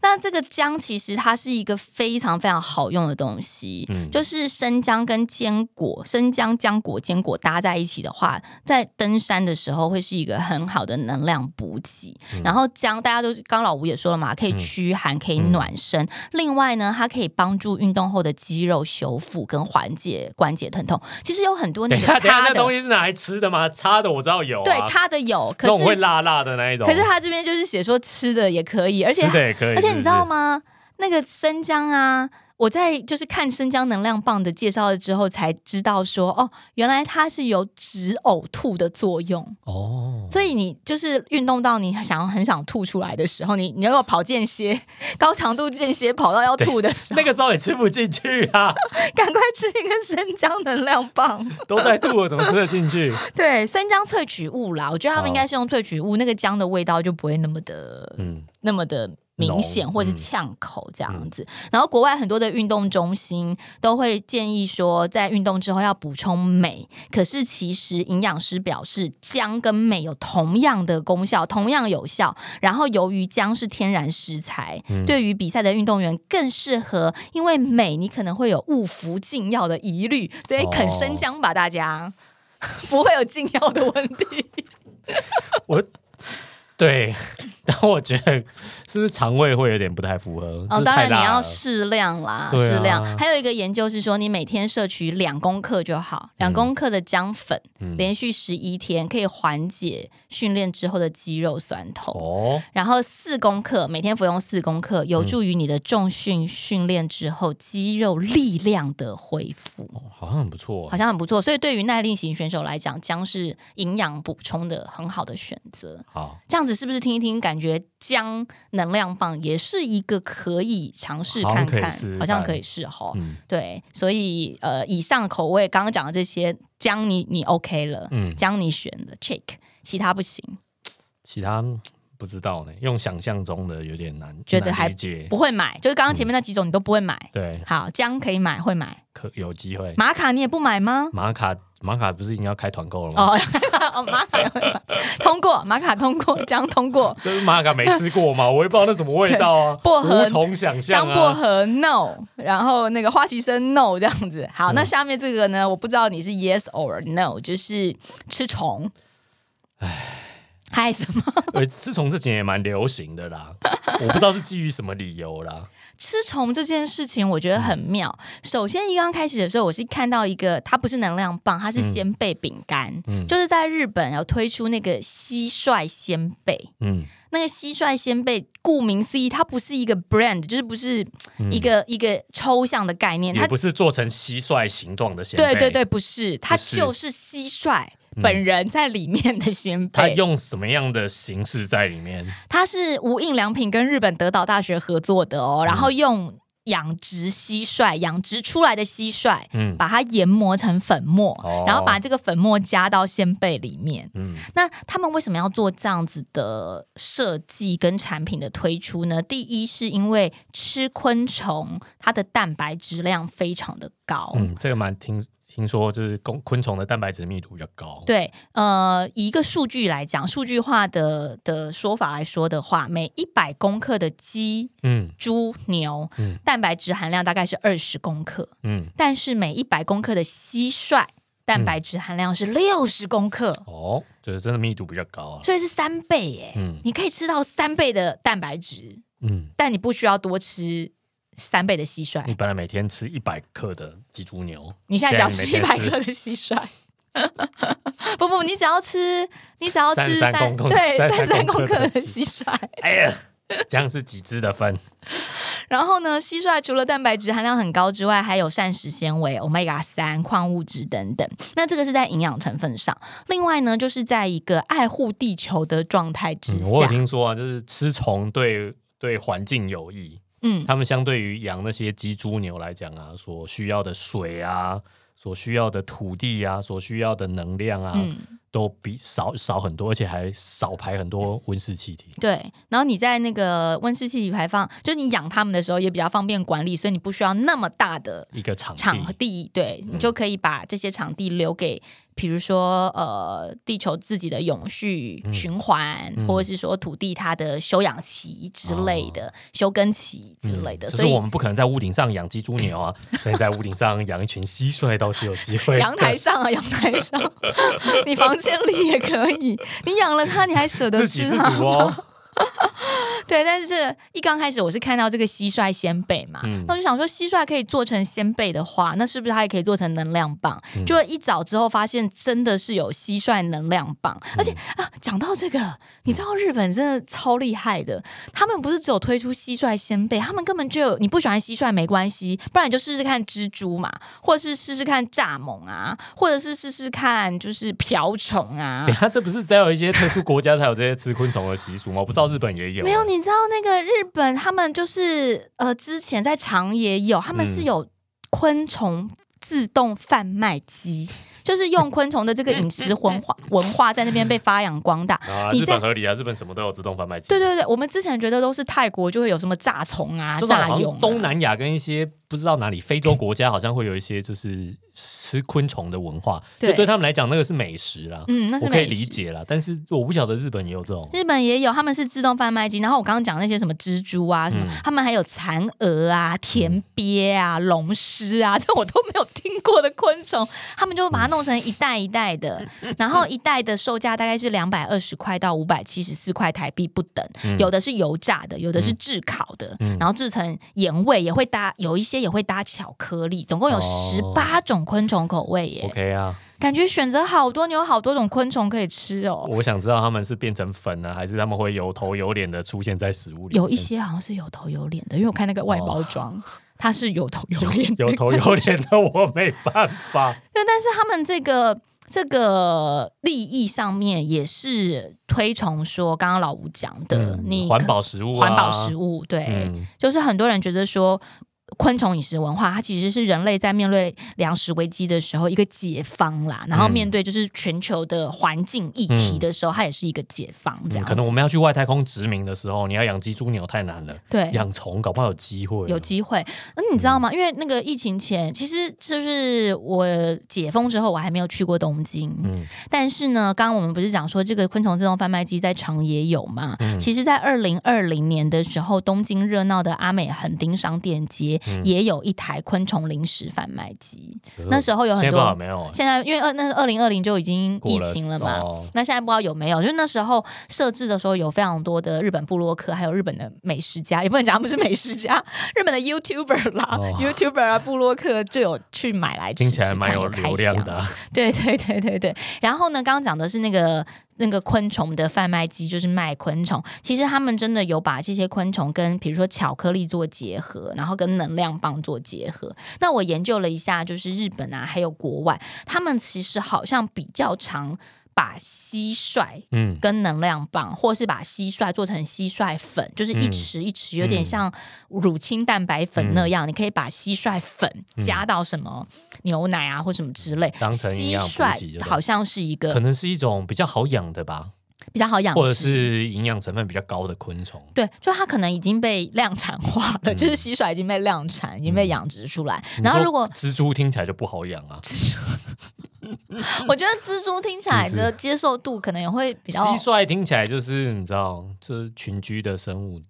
A: 那这个姜其实它是一个非常非常好用的东西，
B: 嗯
A: 就是生姜跟坚果、生姜、浆果、坚果搭在一起的话，在登山的时候会是一个很好的能量补给。
B: 嗯
A: 然后姜，大家都刚刚老吴也说了嘛，可以驱寒，可以
B: 嗯
A: 暖身。另外呢，它可以帮助运动后的肌肉修复跟缓解关节疼痛。其实有很多那
B: 等一
A: 个
B: 下，等一下，
A: 擦
B: 那东
A: 的，
B: 西是拿来吃的吗？擦的我知道有啊，
A: 对，擦的有，可
B: 那种会
A: 是
B: 辣辣的哦那一种，
A: 可是他这边就是写说吃的也可以，而且
B: 吃的也可以，
A: 而且
B: 是
A: 你
B: 不
A: 知道
B: 是？
A: 吗？那个生姜啊，我在就是看生姜能量棒的介绍了之后，才知道说哦，原来它是有止呕吐的作用。
B: 哦，
A: 所以你就是运动到你想要很想吐出来的时候，你你要跑间歇，高强度间歇跑到要吐的时候，
B: 那个时候也吃不进去啊，
A: 赶快吃一根生姜能量 棒。
B: 都在吐，我怎么吃得进去？
A: 对，生姜萃取物啦，我觉得他们应
B: 好
A: 该是用萃取物，那个姜的味道就不会那么的、
B: 嗯，
A: 那么的明显，
B: 浓
A: 或是
B: 嗯
A: 呛口这样子。然后国外很多的运动中心都会建议说，在运动之后要补充镁，可是其实营养师表示，姜跟镁有同样的功效，同样有效。然后由于姜是天然食材，对于比赛的运动员更适合，因为镁你可能会有误服禁药的疑虑，所以啃生姜吧，大家。 不会有禁药的问题，
B: 我对，但我觉得是不是肠胃会有点不太符合？
A: 哦，
B: 这
A: 当
B: 太
A: 然你
B: 辣
A: 要
B: 了
A: 适量啦，
B: 对啊
A: 适量。还有一个研究是说，你每天摄取两公克就好，
B: 嗯
A: 两公克的姜粉，连续十一天可以缓解训练之后的肌肉酸痛。
B: 哦，
A: 然后四公克，每天服用四公克，有助于你的重训训练之后肌肉力量的恢复，
B: 好像很不错
A: 好
B: 啊。
A: 像很不错。所以对于耐力型选手来讲，姜是营养补充的很好的选择。
B: 好，
A: 这样子是不是听一听，感觉姜能量棒也是一个可以尝试看
B: 好像可以
A: 看
B: 试试，看
A: 好像可以试吼。
B: 嗯
A: 对，所以呃，以上口味刚刚讲的这些姜你你 OK 了，
B: 嗯，
A: 姜你选了 check，其他不行，
B: 其他不知道呢，用想象中的有点难，
A: 觉得
B: 难
A: 还
B: 理解。
A: 不会买，就是刚刚前面那几种你都不会买。
B: 对，
A: 好，姜可以买，会买，
B: 可有机会。
A: 玛卡你也不买吗？
B: 玛卡玛卡不是已经要开团购了吗？
A: 哦， 哦玛卡也会买，通过玛卡通过，姜通过，
B: 就是玛卡没吃过嘛， 我也不知道那什么味道啊，
A: 薄荷
B: 无从想象
A: 香薄
B: 啊。
A: 荷 no，然后那个花旗参 no 这样子。
B: 嗯
A: 好，那下面这个呢，我不知道你是 yes or no，就是吃虫。嗨，什么？
B: 呃，吃虫这几年也蛮流行 的啦，我不知道是基于什么理由啦。
A: 吃虫这件事情，我觉得很妙。首先，一刚开始的时候，我是看到一个，它不是能量棒，它是鲜贝饼干，
B: 嗯
A: 就是在日本有推出那个蟋蟀鲜贝。
B: 嗯，
A: 那个蟋蟀鲜贝，顾名思义，它不是一个 brand，就是不是一个、一个抽象的概念，它
B: 嗯也不是做成蟋蟀形状的鲜
A: 哎对
B: 贝，
A: 对对，不是，它
B: 是
A: 就是蟋蟀本人在里面的鲜
B: 它
A: 贝。
B: 用什么样的形式在里面？
A: 它是无印良品跟日本德岛大学合作的
B: 嗯
A: 哦，然后用养殖蟋蟀养殖出来的蟋蟀，
B: 嗯
A: 把它研磨成粉末，
B: 哦
A: 然后把这个粉末加到鲜贝里面。
B: 嗯
A: 那他们为什么要做这样子的设计跟产品的推出呢？第一是因为吃昆虫，它的蛋白质量非常的高。
B: 嗯，这个蛮听听说，就是昆昆虫的蛋白质密度比较高。
A: 对，呃，以一个数据来讲，数据化的的说法来说的话，每一百公克的鸡、
B: 嗯
A: 猪、牛，
B: 嗯
A: 蛋白质含量大概是二十公克，
B: 嗯，
A: 但是每一百公克的蟋蟀，蛋白质含量是六十公克，
B: 哦，就是真的密度比较高啊。
A: 所以是三倍耶。
B: 嗯
A: 你可以吃到三倍的蛋白质，
B: 嗯，
A: 但你不需要多吃三倍的蟋蟀。
B: 你本来每天吃一百克的鸡猪牛，
A: 你现在只要
B: 现
A: 吃
B: 在
A: 一
B: 你
A: 百
B: 每天
A: 克的蟋蟀。 不不，你只要吃，你只要吃
B: 33公克
A: 对
B: 33
A: 三三
B: 公
A: 公
B: 克
A: 克
B: 的
A: 的蟋蟀。
B: 哎呀，这样是几只 的分？
A: 然后呢，蟋蟀除了蛋白质含量很高之外，还有膳食纤维、omega 三、矿物质等等。那这个是在营养成分上。另外呢，就是在一个爱护地球的状态之
B: 嗯我有
A: 下，
B: 听说啊，就是吃虫对对环境有益，
A: 嗯，
B: 他们相对于养那些鸡、猪、牛来讲啊，所需要的水啊，所需要的土地啊，所需要的能量啊，
A: 嗯
B: 都比少少很多，而且还少排很多温室气体。
A: 对。然后你在那个温室气体排放，就是你养它们的时候也比较方便管理，所以你不需要那么大的
B: 一个场地，嗯
A: 场地，对你就可以把这些场地留给，比如说呃，地球自己的永续
B: 嗯
A: 循环，或者是说土地它的休养期之类的、休耕期之类的，
B: 嗯就
A: 所
B: 是我
A: 以。
B: 们不哦可能在屋顶上养鸡、猪、牛啊，所以在屋顶上养一群蟋蟀倒是有机会的。
A: 阳台上啊，阳台上， 你房间里也可以。你养了它，你还舍得
B: 自 给
A: 吃
B: 自
A: 它
B: 足
A: 吗？
B: 哦，
A: 对，但是一刚开始我是看到这个蟋蟀鲜贝嘛，
B: 嗯
A: 那我就想说蟋蟀可以做成鲜贝的话，那是不是它也可以做成能量棒？
B: 嗯
A: 就一找之后发现真的是有蟋蟀能量棒，
B: 嗯
A: 而且啊，讲到这个，你知道日本真的超厉害的，他们不是只有推出蟋蟀鲜贝，他们根本就有你不喜欢蟋蟀没关系，不然你就试试看蜘蛛嘛，或者是试试看蚱蜢啊，或者是试试看就是瓢虫啊
B: 等一。下这不是只有一些特殊国家才有这些吃昆虫的习俗吗？我不知道日本也有。啊
A: 没有，你知道那个日本，他们就是呃，之前在长野有，他们是
B: 嗯
A: 有昆虫自动贩卖 机，就是用昆虫的这个饮食文化文化在那边被发扬光大。
B: 啊，
A: 你
B: 日
A: 在
B: 本合理啊，日本什么都有自动贩卖机。
A: 对对对，我们之前觉得都是泰国就会有什么炸虫啊、
B: 就是好
A: 炸
B: 像
A: 蛹、
B: 东。南亚跟一些不知道哪里非洲国家，好像会有一些就是吃昆虫的文化，
A: 对
B: 就对他们来讲那个是美食啦，
A: 嗯，那是
B: 我可以
A: 美
B: 理
A: 食。
B: 解啦。但是我不晓得日本也有这种，
A: 日本也有，他们是自动贩卖机。然后我刚刚讲那些什么蜘蛛啊，什么，
B: 嗯
A: 他们还有蚕蛾啊、田鳖 啊、龙虱啊，这我都没有听过的昆虫，他们就把它弄成一袋一袋 的，然后一袋的售价大概是两百二十块到五百七十四块台币不等，
B: 嗯
A: 有的是油炸的，有的是炙烤的，
B: 嗯
A: 然后制成盐味，也会搭有一些也会搭巧克力，总共有十
B: 哦
A: 八种昆虫口味耶，
B: OK 啊，
A: 感觉选择好多，你有好多种昆虫可以吃哦。
B: 我想知道他们是变成粉呢、还是他们会有头有脸的出现在食物里面？
A: 有一些好像是有头有脸的，因为我看那个外包装，它是有头有脸的。
B: 哦有头有脸的，我没办 法。
A: 对，但是他们这个这个利益上面也是推崇说，刚刚老吴讲的，
B: 嗯
A: 呃你
B: 环保食物、啊，
A: 环保食
B: 物，
A: 物，哎对，
B: 嗯
A: 就是很多人觉得说。昆虫饮食文化，它其实是人类在面对粮食危机的时候一个解放啦，然后
B: 嗯
A: 面对就是全球的环境议题的时候，它也是一个解放这
B: 嗯
A: 样子。
B: 可能我们要去外太空殖民的时候，你要养鸡、猪、牛太难了，
A: 对
B: 养虫搞不好有机会。哦
A: 有机会。嗯，你知道吗？因为那个疫情前，其实就是我解封之后，我还没有去过东京。
B: 嗯
A: 但是呢，刚刚我们不是讲说这个昆虫自动贩卖机在长野有嘛？
B: 嗯
A: 其实，在二零二零年的时候，东京热闹的阿美横丁商店街、
B: 嗯
A: 也有一台昆虫零食贩卖机。那时候有很
B: 呃现在不知道有
A: 多。
B: 没有、欸、
A: 现在因为二那二零二零就已经疫
B: 过了
A: 情了嘛，
B: 哦
A: 那现在不知道有没有，就是那时候设置的时候，有非常多的日本部落客，还有日本的美食家，也不能讲他们是美食家， 日本的 YouTuber 啦、
B: 哦
A: y o u t u b e r 啊，部落客就有去买来吃
B: 听
A: 吃
B: 起来蛮
A: 看
B: 有
A: 开
B: 流量
A: 箱
B: 的啊、
A: 对对对对对。然后呢，刚刚讲的是那个那个昆虫的贩卖机，就是卖昆虫。其实他们真的有把这些昆虫跟比如说巧克力做结合，然后跟能量棒做结合。那我研究了一下，就是日本啊，还有国外，他们其实好像比较常把蟋蟀
B: 嗯，
A: 跟能量棒，或是把蟋蟀做成蟋蟀粉，就是
B: 嗯
A: 一匙一匙，有点像乳清蛋白粉那样。你可以把蟋蟀粉加到什么牛奶啊，或什么之类。
B: 嗯当成营
A: 蟋
B: 养补给就对
A: 蟀好像是一
B: 可
A: 个
B: 能是一种比较好养的吧，
A: 比较好养
B: 或者
A: 殖。
B: 是营养成分比较高的昆虫。
A: 对，就它可能已经被量产化了，
B: 嗯
A: 就是蟋蟀已经被量产，已经被养殖出来。
B: 你
A: 然后
B: 说
A: 如果
B: 蜘蛛听起来就不好养啊，
A: 我觉得蜘蛛听起来的接受度可能也会比较
B: 蟋蟀听起来就是你知道，这群居的生物，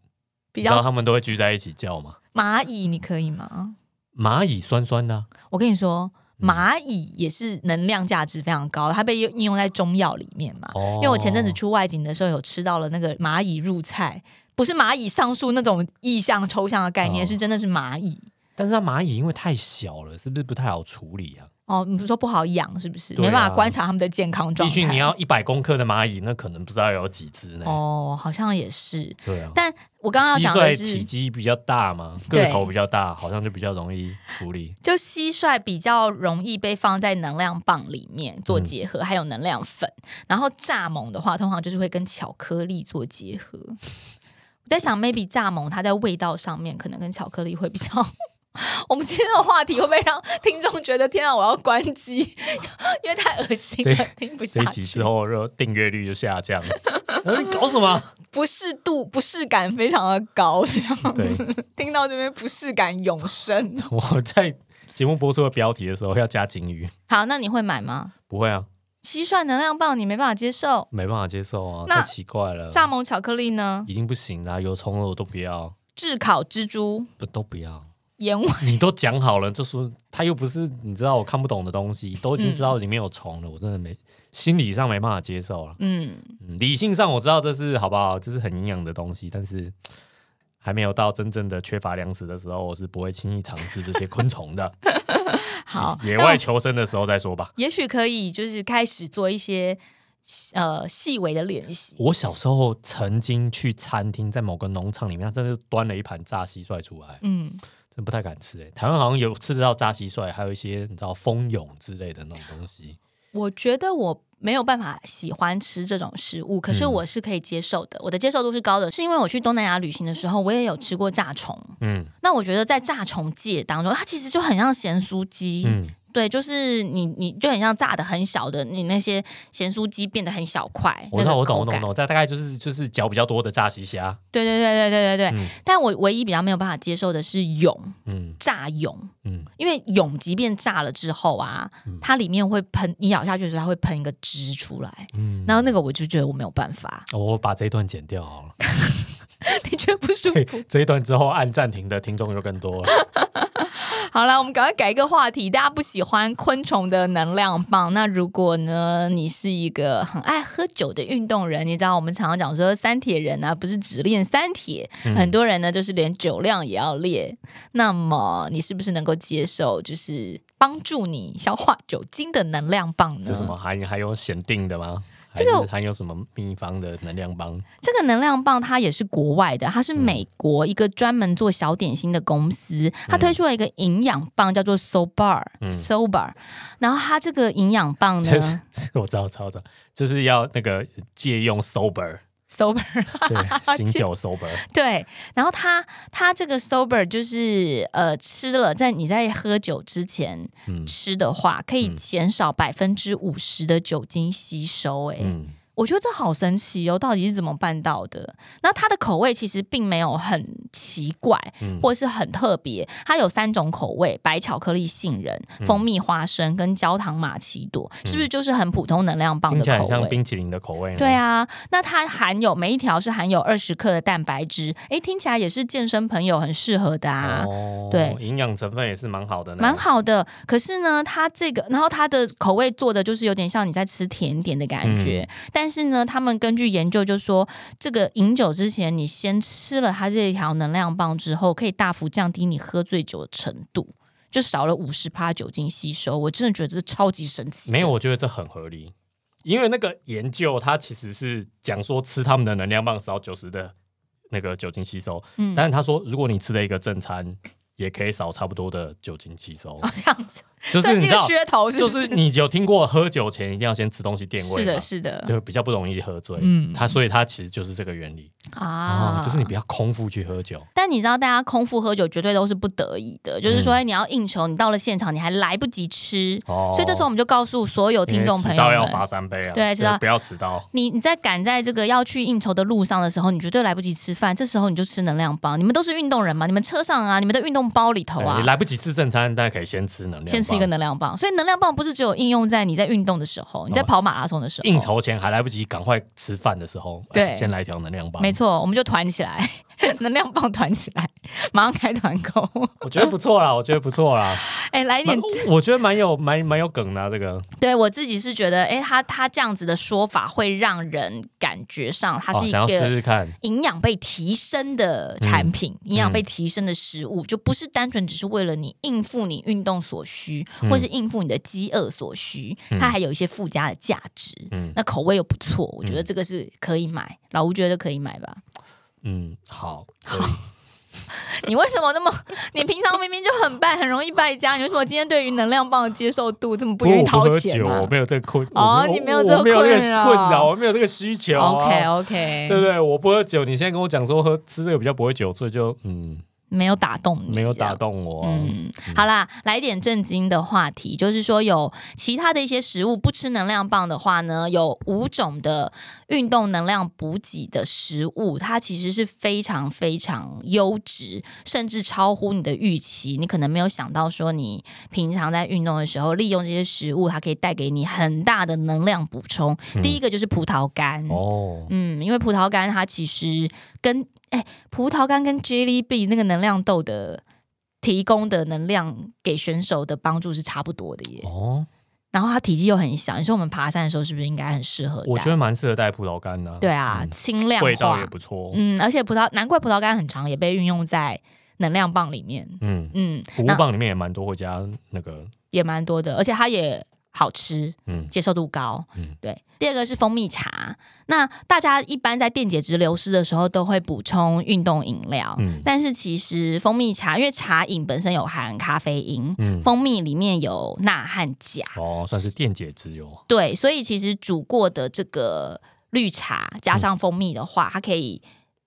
A: 比
B: 然后
A: 较
B: 它们都会聚在一起叫嘛。
A: 蚂蚁，你可以吗？
B: 蚂蚁酸酸的啊、
A: 我跟你说，
B: 嗯
A: 蚂蚁也是能量价值非常高，它被应用在中药里面嘛。
B: 哦
A: 因为我前阵子出外景的时候，有吃到了那个蚂蚁入菜，不是蚂蚁上树那种意象抽象的概念，
B: 哦
A: 是真的是蚂蚁
B: 但是它蚂蚁因为太小了，是不是不太好处理啊？
A: 哦。你说不好养是不是？
B: 对啊
A: 没办法观察它们的健康状
B: 必须
A: 态。
B: 你要一百公克的蚂蚁，那可能不知道有几只呢。
A: 哦，好像也是。
B: 对啊，
A: 但我刚刚要
B: 蟋
A: 讲的
B: 蟀
A: 是
B: 体积比较大嘛，
A: 对
B: 个头比较大，好像就比较容易处理。
A: 就蟋蟀比较容易被放在能量棒里面做
B: 嗯
A: 结合，还有能量粉。然后蚱蜢的话，通常就是会跟巧克力做结合。我在想，maybe 蚱蜢它在味道上面可能跟巧克力会比较。 我们今天的话题会不会让听众觉得天啊，我要关机， 因为太恶心了
B: 这，
A: 听不
B: 这
A: 下
B: 一集之
A: 去。
B: 后，就订阅率就下降 了。呃你搞什么？
A: 不适度、不适感非常的高，这样
B: 对，
A: 听到这边不适感永 生。
B: 我在节目播出的标题的时候要加警语，
A: 好，那你会买吗？
B: 不会啊，
A: 蟋蟀能量棒你没办法接受，
B: 没办法接受啊，
A: 那
B: 太奇怪了，
A: 蚱蜢巧克力呢？
B: 已经不行啦、有虫了我都不要，
A: 炙烤蜘蛛
B: 不都不要。
A: 烟味。
B: 你都讲好了，就说他又不是你知道我看不懂的东西，都已经知道里面有虫了，我真的没心理上没办法接受了、
A: 嗯，
B: 嗯理性上我知道这是好不好，这是很营养的东西，但是还没有到真正的缺乏粮食的时候，我是不会轻易尝试这些昆虫的。
A: 好，
B: 野
A: 那我
B: 外求生的时候再说吧。
A: 也许可以就是开始做一些呃细微的练习。
B: 我小时候曾经去餐厅，在某个农场里面，他真的端了一盘炸蟋蟀出来，
A: 嗯，
B: 真不太敢吃、欸。台湾好像有吃得到炸蟋蟀，还有一些你知道蜂蛹之类的那种东西。
A: 我觉得我没有办法喜欢吃这种食物，可是
B: 嗯
A: 我是可以接受的，我的接受度是高的，是因为我去东南亚旅行的时候，我也有吃过炸虫。
B: 嗯
A: 那我觉得在炸虫界当中，它其实就很像咸酥鸡，
B: 嗯，
A: 对，就是你你就很像炸的很小的，你那些咸酥鸡变得很小块，
B: 我知
A: 那
B: 道，
A: 个
B: 我懂，
A: 口
B: 我懂，
A: 感
B: 我懂。大大概就是就是脚比较多的炸啊皮虾，
A: 对对对对对对对。
B: 嗯
A: 但我唯一比较没有办法接受的是蛹
B: 嗯
A: 炸蛹，
B: 嗯，
A: 因为蛹即便炸了之后啊，它里面会喷，你咬下去的时候它会喷一个汁出来，
B: 嗯
A: 然后那个我就觉得我没有办法，
B: 我把这一段剪掉好了。
A: 你觉得不舒
B: 对
A: 服？，
B: 这一段之后按暂停的听众就更多了。
A: 好了，我们赶快改一个话题。大家不喜欢昆虫的能量棒，那如果呢，你是一个很爱喝酒的运动人，你知道我们常常讲说三铁人啊，不是只练三铁，
B: 嗯
A: 很多人呢就是连酒量也要练。那么你是不是能够接受，就是帮助你消化酒精的能量棒呢？
B: 这什么还还有显定的吗？
A: 嗯这个嗯啊
B: 还是还有什么秘方的能量帮？
A: 这个能量棒它也是国外的，它是
B: 嗯
A: 美国一个专门做小点心的公司，
B: 嗯
A: 它推出了一个营养棒，叫做 Sobar、Sobar。然后它这个营养棒
B: 就
A: 呢
B: 嗯是 我知道，我知道，我知道，就是要那个借用 sober，
A: ，Sobar
B: 对，醒酒 sober，
A: 对。然后它它这个 Sobar 就是呃吃了，在你在喝酒之前
B: 嗯
A: 吃的话，可以减少百分之五十的酒精吸收、欸。
B: 嗯
A: 我觉得这好神奇哦，到底是怎么办到的？那它的口味其实并没有很奇怪，
B: 嗯
A: 或是很特别。它有三种口味：白巧克力、杏仁、
B: 嗯
A: 蜂蜜花生跟焦糖玛奇朵，是不是就是很普通能量棒
B: 听
A: 的
B: 起来
A: 口
B: 很像
A: 味？
B: 冰淇淋的口味。
A: 对，啊，那它含有每一条是含有二十克的蛋白质，诶，听起来也是健身朋友很适合的啊。
B: 哦，
A: 对
B: 营养成分也是蛮好的呢，
A: 蛮好的。可是呢，它这个，然后它的口味做的就是有点像你在吃甜点的感觉。
B: 嗯
A: 但是呢，他们根据研究就说，这个饮酒之前，你先吃了它这一条能量棒之后，可以大幅降低你喝醉酒的程度。就少了五十趴酒精吸收，我真的觉得这超级神奇。
B: 没有，，我觉得这很合理，因为那个研究它其实是讲说吃他们的能量棒少九十的那个酒精吸收，
A: 嗯
B: 但是他说如果你吃了一个正餐，也可以少差不多的酒精吸收，
A: 哦这样子，
B: 就
A: 这
B: 是你
A: 一
B: 知
A: 个
B: 道，
A: 噱头，
B: 就
A: 不
B: 是你有听过喝酒前一定要先吃东西垫
A: 是
B: 胃
A: 的，
B: 嘛，
A: 是的
B: 就比较不容易喝醉，
A: 嗯
B: 它所以它其实就是这个原理
A: 啊
B: 啊，就是你不要空腹去喝酒，
A: 但你知道，大家空腹喝酒绝对都是不得已的，就是说你要应酬，你到了现场你还来不及吃，
B: 嗯哦
A: 所以这时候我们就告诉所有听众朋
B: 因为迟
A: 友
B: 到要罚
A: 们。
B: 三杯啊，
A: 对知道
B: 就不要迟到，
A: 你你在赶在这个要去应酬的路上的时候，你绝对来不及吃饭，这时候你就吃能量包。你们都是运动人嘛，你们车上啊，你们的运动包里头
B: 对
A: 啊
B: 哎你，来不及吃正餐，但可以先吃能量棒，哦
A: 先吃一个能量棒。所以能量棒不是只有应用在你在运动的时候，你在跑马拉松的时候，
B: 应。酬前还来不及赶快吃饭的时候，
A: 对
B: 哎先来一条能量棒。
A: 没，错，我们就团起来， 能量棒团起来，马上开团购。
B: 我觉得不错啦，我觉得不错啦，
A: 哎、来一点
B: 蛮我觉得蛮有蛮蛮有梗的啊、这个
A: 对我自己是觉得，哎，他他这样子的说法会让人感觉上它
B: 哦
A: 是一
B: 想要试嗯
A: 个
B: 试看。
A: 营养被提升的产品，营养被
B: 嗯
A: 提升的食物，就不是单纯只是为了你应付你运动所需，或
B: 嗯
A: 是应付你的饥饿所需，它还有一些附加的价值。
B: 嗯
A: 那口味又不错，我觉得这个是可以买，老吴觉得可以买吧？
B: 嗯，好，可以
A: 你为什么那么？你平常明明就很败，很容易败家，你为什么今天对于能量棒的接受度这么 不
B: 过
A: 愿
B: 我
A: 意
B: 不
A: 掏
B: 喝
A: 钱
B: 酒，
A: 啊
B: 我没有这个困。
A: 哦
B: 我
A: 你没有
B: 我
A: 这个
B: 我没有这个
A: 困扰
B: 困扰，我没有这个需求啊。
A: ？OK OK，
B: 对不对？我不喝酒，你现在跟我讲说喝吃这个比较不会酒醉，就嗯
A: 没有打动你，
B: 没有
A: 这样
B: 打动我啊。
A: 嗯，好啦，来点正经的话题，就是说有其他的一些食物不吃能量棒的话呢，有五种的运动能量补给的食物，它其实是非常非常优质，甚至超乎你的预期。你可能没有想到说，你平常在运动的时候利用这些食物，它可以带给你很大的能量补充。第一个就是葡萄干。
B: 嗯哦，
A: 嗯，因为葡萄干它其实跟哎、葡萄干跟 Jelly Bean 那个能量豆的提供的能量给选手的帮助是差不多的耶。
B: 哦，
A: 然后它体积又很小，你说我们爬山的时候是不是应该很适合带？
B: 我觉得蛮适合带葡萄干的、
A: 对啊，
B: 嗯
A: 轻量
B: 味道
A: 化
B: 也，不错。
A: 嗯，而且葡萄难怪葡萄干很长，也被运用在能量棒里面，
B: 嗯，
A: 嗯，
B: 谷物
A: 那
B: 棒里面也蛮多会加那个，
A: 也蛮多的，而且它也好吃，
B: 嗯，
A: 接受度高。
B: 嗯
A: 对。第二个是蜂蜜茶，那大家一般在电解质流失的时候都会补充运动饮料，
B: 嗯
A: 但是其实蜂蜜茶，因为茶饮本身有含咖啡因，
B: 嗯，
A: 蜂蜜里面有钠和钾，
B: 哦，算是电解质哦油。
A: 对，所以其实煮过的这个绿茶加上蜂蜜的
B: 嗯
A: 话，它可以。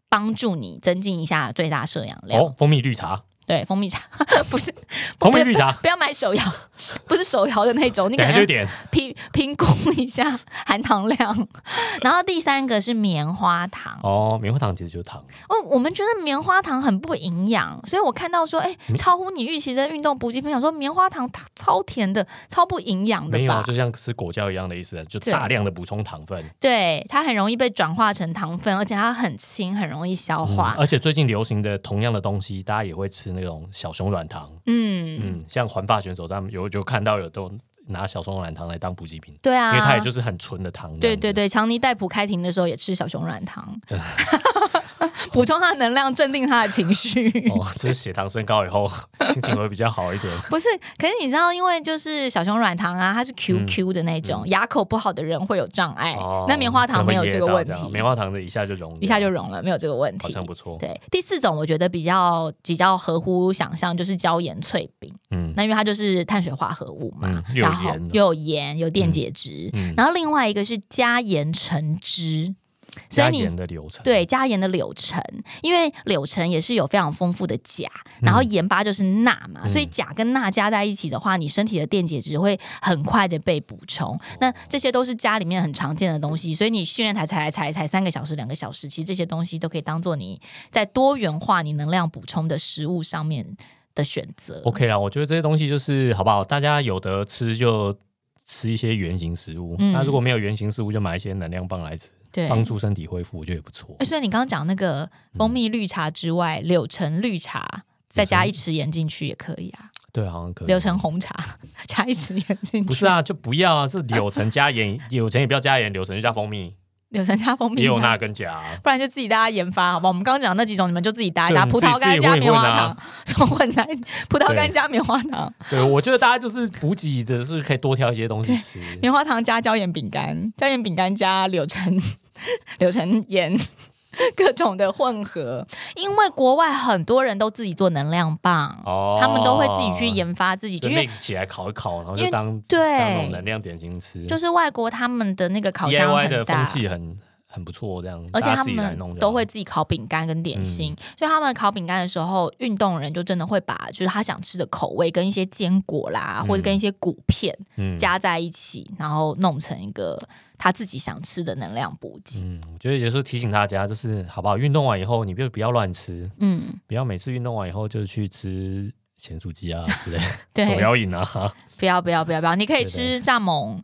A: 帮助你增进一下最大摄氧量，
B: 哦，蜂蜜绿茶，
A: 对，蜂蜜茶 不是
B: 蜂蜜绿茶，
A: 不要买手摇，不是手摇的那嗯种，你可
B: 等下
A: 能
B: 就点。
A: 评 评估一下含糖量。然后第三个是棉花糖哦
B: 哦，棉花糖其实就是糖，
A: 我们觉得棉花糖很不营养，所以我看到说，哎，
B: 嗯
A: 超乎你预期的运动补给品，想说棉花糖它超甜的，超不营养
B: 没
A: 的
B: 有
A: 吧
B: 啊，？就像吃果胶一样的意思，啊就
A: 对
B: 大量的补充糖分。
A: 对，它很容易被转化成糖分，而且它很轻，很容易消
B: 嗯
A: 化。
B: 而且最近流行的同样的东西，大家也会吃那种小熊软糖。
A: 嗯，
B: 嗯，像环发选手他们有就看到有都拿小熊软糖来当补给品，
A: 对
B: 因
A: 啊，
B: 为它也就是很纯的糖。
A: 对对，对，强尼戴普开庭的时候也吃小熊软糖， 补充他的能量，镇定他的情绪。
B: 哦， 吃血糖升高以后 心情会比较好一 点。
A: 不是，可是你知道，因为就是小熊软糖啊，它是
B: 嗯
A: QQ 的那种，牙口不好的人会有障碍。哎
B: 哦，
A: 那棉花糖没有这个问
B: 样
A: 题，
B: 棉花糖的一下就融掉，
A: 一下就融了，没有这个问
B: 好
A: 题。
B: 像不错。
A: 对，第四种我觉得比较比较合乎想象，就是椒盐脆饼。
B: 嗯
A: 那因为它就是碳水化合物嘛，
B: 嗯又有
A: 然后
B: 盐
A: 又有盐，有电解质，
B: 嗯，
A: 然后另外一个是加盐橙汁，所以
B: 加
A: 你
B: 盐的流程，
A: 对，加盐的柳橙，因为柳橙也是有非常丰富的钾，然
B: 嗯
A: 后盐巴就是钠嘛，所以钾跟钠加在一起的话，你身体的电解质会很快的被补
B: 哦
A: 充。那这些都是家里面很常见的东西，所以你训练才才才才三个小时、两个小时，其实这些东西都可以当做你在多元化你能量补充的食物上面的选择。
B: OK 啦，我觉得这些东西就是好不好？大家有得吃就吃一些原型食物，
A: 嗯
B: 那如果没有原型食物，就买一些能量棒来吃，
A: 对。
B: 帮助身体恢复，我觉得也不错
A: 欸。所以你刚刚讲那个蜂蜜绿茶之外，柳橙绿茶再加一匙盐进去也可以啊，
B: 嗯对，好像可以。
A: 柳橙红茶 加一匙盐进去。
B: 不是啊，就不要啊，是柳橙加盐，柳橙也不要加盐，柳橙就加蜂蜜，
A: 柳橙加蜂蜜，
B: 也有钠，跟钾啊。
A: 不然就自己大家研发，好吧？我们刚刚讲的那几种，你们就自己搭一搭，
B: 就你
A: 葡
B: 自己
A: 萄干加棉花糖，
B: 啊
A: 就混在一起，葡萄干
B: 对
A: 加棉花糖，
B: 对，我觉得大家就是补给的是可以多挑一些东西吃。
A: 棉花糖加椒盐饼干，椒盐饼干加柳橙， 柳橙盐。 各种的混合，因为国外很多人都自己做能量棒，
B: 哦
A: 他们都会自己去研发自己，
B: 就
A: 因为
B: mix 起来烤一烤，然后
A: 因
B: 就
A: 为
B: 当当那种
A: 对
B: 能，量点心吃。
A: 就是外国他们的那个烤箱
B: DIY 的
A: 很
B: 风
A: 大，
B: 气很很不错，这样，
A: 而且
B: 大家
A: 他
B: 自己来弄
A: 们
B: 就
A: 都
B: 好嗯
A: 会自己烤饼干跟点心，所以他们烤饼干的时候，运动人就真的会把就是他想吃的口味跟一些坚果啦，
B: 嗯
A: 或者跟一些谷片
B: 嗯
A: 加在一起，然后弄成一个他自己想吃的能量补给。
B: 嗯，我觉得也是提醒大家，就是好不好？运动完以后，你就不要乱吃，
A: 嗯，
B: 不要每次运动完以后就去吃咸 酥鸡啊之类的，手
A: 对，
B: 摇饮啊，
A: 不要不要不要不要，你可以
B: 对对
A: 吃蚱蜢，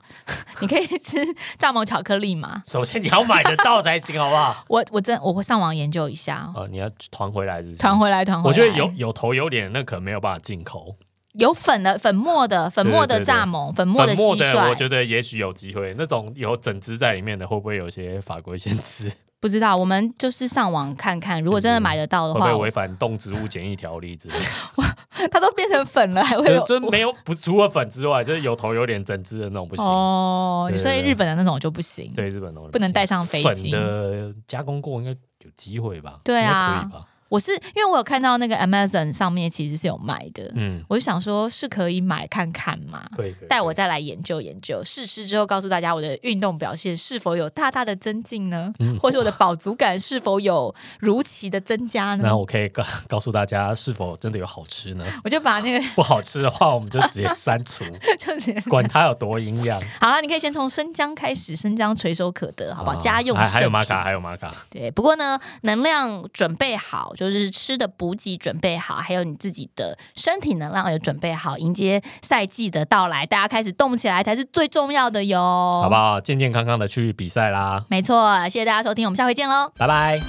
A: 你可以吃蚱蜢巧克力嘛。
B: 首先你要买得到才行，好 不好？
A: 我我真我会上网研究一下，哦
B: 呃，你要团回来是不是？
A: 团回来团回来。
B: 我觉得有有头有脸，那可能没有办法进口。
A: 有粉的粉末的粉末的
B: 对对对
A: 蚱蜢，粉末的
B: 粉末
A: 蟋
B: 的，
A: 蟀，
B: 我觉得也许有机会。那种有整只在里面的，会不会有一些法规限制？
A: 不知道，我们就是上网看看，如果真的买得到的
B: 会不
A: 话，
B: 会违反动植物检疫条例之类的？
A: 它都变成粉了，还会
B: 就是
A: 有
B: 真没有，不除了粉之外，就是有头有脸整只的那种不行。
A: 哦
B: 对对对
A: 所以日本的那种就不行。
B: 对日本东西
A: 不能带上飞机
B: 粉的加工过应该有机会吧？
A: 对啊
B: 应该可以吧？嗯
A: 我是因为我有看到那个 Amazon 上面其实是有卖的，
B: 嗯，
A: 我就想说是可以买看看嘛。
B: 可以。可以
A: 带我
B: 可以
A: 再来研究研究，试吃之后告诉大家我的运动表现是否有大大的增进呢？
B: 嗯
A: 或者我的饱足感是否有如期的增加呢
B: 那？我可以告告诉大家是否真的有好吃呢？
A: 我就把那个
B: 不好吃的话，我们就直接删除，
A: 就是
B: 管它有多营养，
A: 好了，你可以先从生姜开始，生姜垂手可得，好不好？
B: 啊
A: 家用
B: 还还有
A: 圣
B: 玛
A: 品
B: 卡，还有玛卡，
A: 对，不过呢，能量准备好，就是吃的补给准备好，还有你自己的身体能量也准备好，迎接赛季的到来，大家开始动起来才是最重要的哟，
B: 好
A: 好
B: 不？好？健健康康的去比赛啦，
A: 没错，谢谢大家收听，我们下回见喽。
B: 拜拜。